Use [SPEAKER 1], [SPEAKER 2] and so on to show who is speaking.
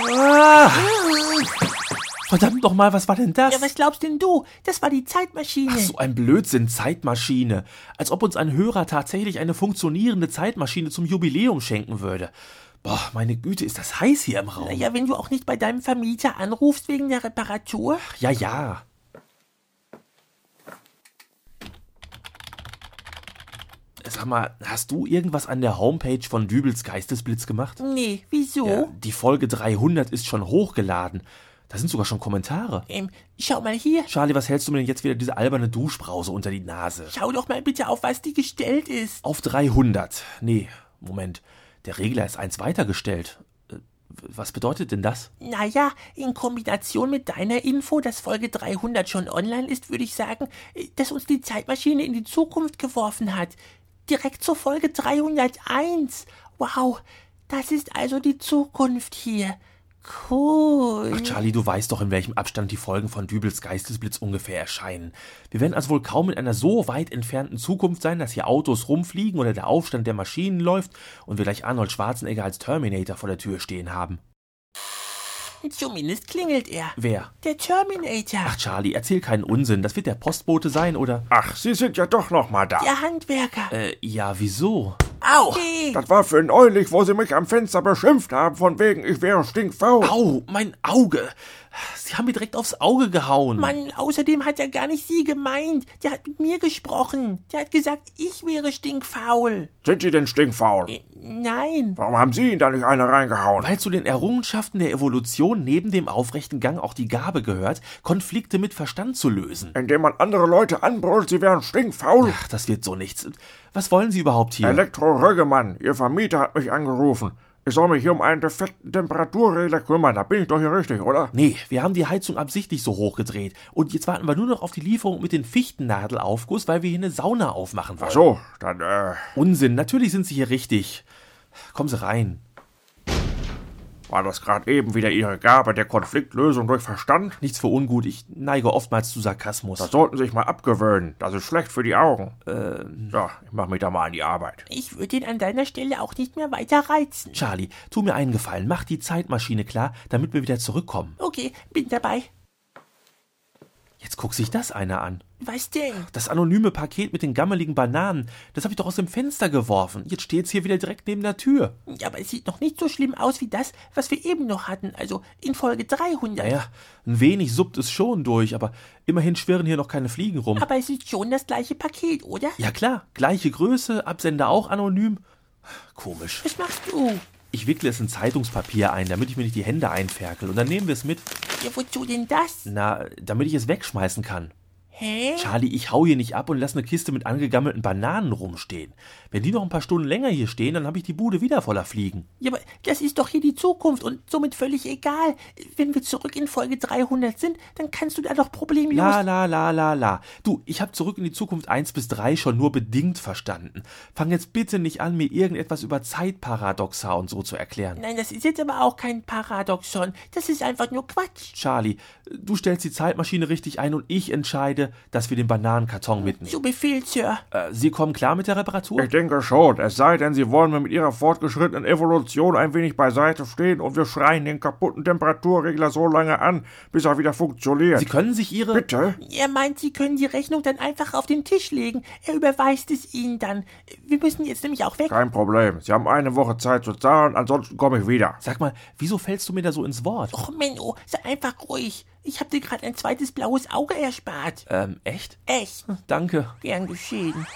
[SPEAKER 1] Ah, verdammt nochmal, was war denn das?
[SPEAKER 2] Ja, was glaubst denn du? Das war die Zeitmaschine.
[SPEAKER 1] Ach, so ein Blödsinn, Zeitmaschine. Als ob uns ein Hörer tatsächlich eine funktionierende Zeitmaschine zum Jubiläum schenken würde. Boah, meine Güte, ist das heiß hier im Raum.
[SPEAKER 2] Ja, wenn du auch nicht bei deinem Vermieter anrufst wegen der Reparatur.
[SPEAKER 1] Ja, ja. Sag mal, hast du irgendwas an der Homepage von Dübels Geistesblitz gemacht?
[SPEAKER 2] Nee, wieso?
[SPEAKER 1] Ja, die Folge 300 ist schon hochgeladen. Da sind sogar schon Kommentare.
[SPEAKER 2] Ähm, schau mal hier.
[SPEAKER 1] Charlie, was hältst du mir denn jetzt wieder diese alberne Duschbrause unter die Nase?
[SPEAKER 2] Schau doch mal bitte auf, was die gestellt ist.
[SPEAKER 1] Auf 300. Nee, Moment. Der Regler ist eins weitergestellt. Äh, Was bedeutet denn das?
[SPEAKER 2] Naja, in Kombination mit deiner Info, dass Folge 300 schon online ist, würde ich sagen, äh, dass uns die Zeitmaschine in die Zukunft geworfen hat. Direkt zur Folge 301. Wow, das ist also die Zukunft hier. Cool.
[SPEAKER 1] Ach, Charlie, du weißt doch, in welchem Abstand die Folgen von Dübels Geistesblitz ungefähr erscheinen. Wir werden also wohl kaum in einer so weit entfernten Zukunft sein, dass hier Autos rumfliegen oder der Aufstand der Maschinen läuft und wir gleich Arnold Schwarzenegger als Terminator vor der Tür stehen haben.
[SPEAKER 2] Zumindest klingelt er.
[SPEAKER 1] Wer?
[SPEAKER 2] Der Terminator.
[SPEAKER 1] Ach, Charlie, erzähl keinen Unsinn. Das wird der Postbote sein, oder?
[SPEAKER 3] Ach, Sie sind ja doch noch mal da.
[SPEAKER 2] Der Handwerker.
[SPEAKER 1] Äh, ja, wieso?
[SPEAKER 2] Au! Nee.
[SPEAKER 3] Das war für neulich, wo Sie mich am Fenster beschimpft haben, von wegen, ich wäre stinkfaul.
[SPEAKER 1] Au, mein Auge! Sie haben mir direkt aufs Auge gehauen.
[SPEAKER 2] Mann, außerdem hat er gar nicht sie gemeint. Der hat mit mir gesprochen. Der hat gesagt, ich wäre stinkfaul.
[SPEAKER 3] Sind Sie denn stinkfaul?
[SPEAKER 2] Äh, Nein.
[SPEAKER 3] Warum haben Sie ihn da nicht eine reingehauen?
[SPEAKER 1] Weil zu den Errungenschaften der Evolution neben dem aufrechten Gang auch die Gabe gehört, Konflikte mit Verstand zu lösen.
[SPEAKER 3] Indem man andere Leute anbrüllt, Sie wären stinkfaul?
[SPEAKER 1] Ach, das wird so nichts. Was wollen Sie überhaupt hier?
[SPEAKER 3] Elektro-Röggemann, Ihr Vermieter hat mich angerufen. Ich soll mich hier um einen defekten Temperaturregler kümmern. Da bin ich doch hier richtig, oder?
[SPEAKER 1] Nee, wir haben die Heizung absichtlich so hoch gedreht. Und jetzt warten wir nur noch auf die Lieferung mit dem Fichtennadelaufguss, weil wir hier eine Sauna aufmachen wollen.
[SPEAKER 3] Ach so, dann, äh,
[SPEAKER 1] Unsinn, natürlich sind Sie hier richtig. Kommen Sie rein.
[SPEAKER 3] war das gerade eben wieder Ihre Gabe der Konfliktlösung durch Verstand?
[SPEAKER 1] Nichts für ungut, ich neige oftmals zu Sarkasmus.
[SPEAKER 3] Das sollten Sie sich mal abgewöhnen. Das ist schlecht für die Augen.
[SPEAKER 1] Ähm.
[SPEAKER 3] So, ich mach mich da mal an die Arbeit.
[SPEAKER 2] Ich würde ihn an deiner Stelle auch nicht mehr weiter reizen.
[SPEAKER 1] Charlie, tu mir einen Gefallen, mach die Zeitmaschine klar, damit wir wieder zurückkommen.
[SPEAKER 2] Okay, bin dabei.
[SPEAKER 1] Jetzt guckt sich das einer an.
[SPEAKER 2] Was denn?
[SPEAKER 1] Das anonyme Paket mit den gammeligen Bananen, das habe ich doch aus dem Fenster geworfen. Jetzt steht's hier wieder direkt neben der Tür.
[SPEAKER 2] Ja, Aber es sieht noch nicht so schlimm aus wie das, was wir eben noch hatten. Also in Folge 300.
[SPEAKER 1] Naja, ein wenig suppt es schon durch, aber immerhin schwirren hier noch keine Fliegen rum.
[SPEAKER 2] Aber es ist schon das gleiche Paket, oder?
[SPEAKER 1] Ja klar, gleiche Größe, Absender auch anonym. Komisch.
[SPEAKER 2] Was machst du?
[SPEAKER 1] Ich wickle es in Zeitungspapier ein, damit ich mir nicht die Hände einferkel. Und dann nehmen wir es mit.
[SPEAKER 2] Ja, wozu denn das?
[SPEAKER 1] Na, damit ich es wegschmeißen kann.
[SPEAKER 2] Hä?
[SPEAKER 1] Charlie, ich hau hier nicht ab und lass eine Kiste mit angegammelten Bananen rumstehen. Wenn die noch ein paar Stunden länger hier stehen, dann habe ich die Bude wieder voller Fliegen.
[SPEAKER 2] Ja, aber das ist doch hier die Zukunft und somit völlig egal. Wenn wir zurück in Folge 300 sind, dann kannst du da doch problemlos...
[SPEAKER 1] La la la la la. Du, ich habe zurück in die Zukunft 1 bis 3 schon nur bedingt verstanden. Fang jetzt bitte nicht an, mir irgendetwas über Zeitparadoxa und so zu erklären.
[SPEAKER 2] Nein, das ist jetzt aber auch kein Paradoxon. Das ist einfach nur Quatsch.
[SPEAKER 1] Charlie, du stellst die Zeitmaschine richtig ein und ich entscheide, dass wir den Bananenkarton mitnehmen.
[SPEAKER 2] Zu Befehl, Sir.
[SPEAKER 1] Äh, Sie kommen klar mit der Reparatur?
[SPEAKER 3] Ich denke schon, es sei denn, Sie wollen mir mit Ihrer fortgeschrittenen Evolution ein wenig beiseite stehen und wir schreien den kaputten Temperaturregler so lange an, bis er wieder funktioniert.
[SPEAKER 1] Sie können sich Ihre...
[SPEAKER 3] Bitte?
[SPEAKER 2] Er meint, Sie können die Rechnung dann einfach auf den Tisch legen. Er überweist es Ihnen dann. Wir müssen jetzt nämlich auch weg.
[SPEAKER 3] Kein Problem. Sie haben eine Woche Zeit zu zahlen, ansonsten komme ich wieder.
[SPEAKER 1] Sag mal, wieso fällst du mir da so ins Wort?
[SPEAKER 2] Och, Menno, sei einfach ruhig. Ich hab dir gerade ein zweites blaues Auge erspart.
[SPEAKER 1] Ähm, echt?
[SPEAKER 2] Echt.
[SPEAKER 1] Danke.
[SPEAKER 2] Gern geschehen.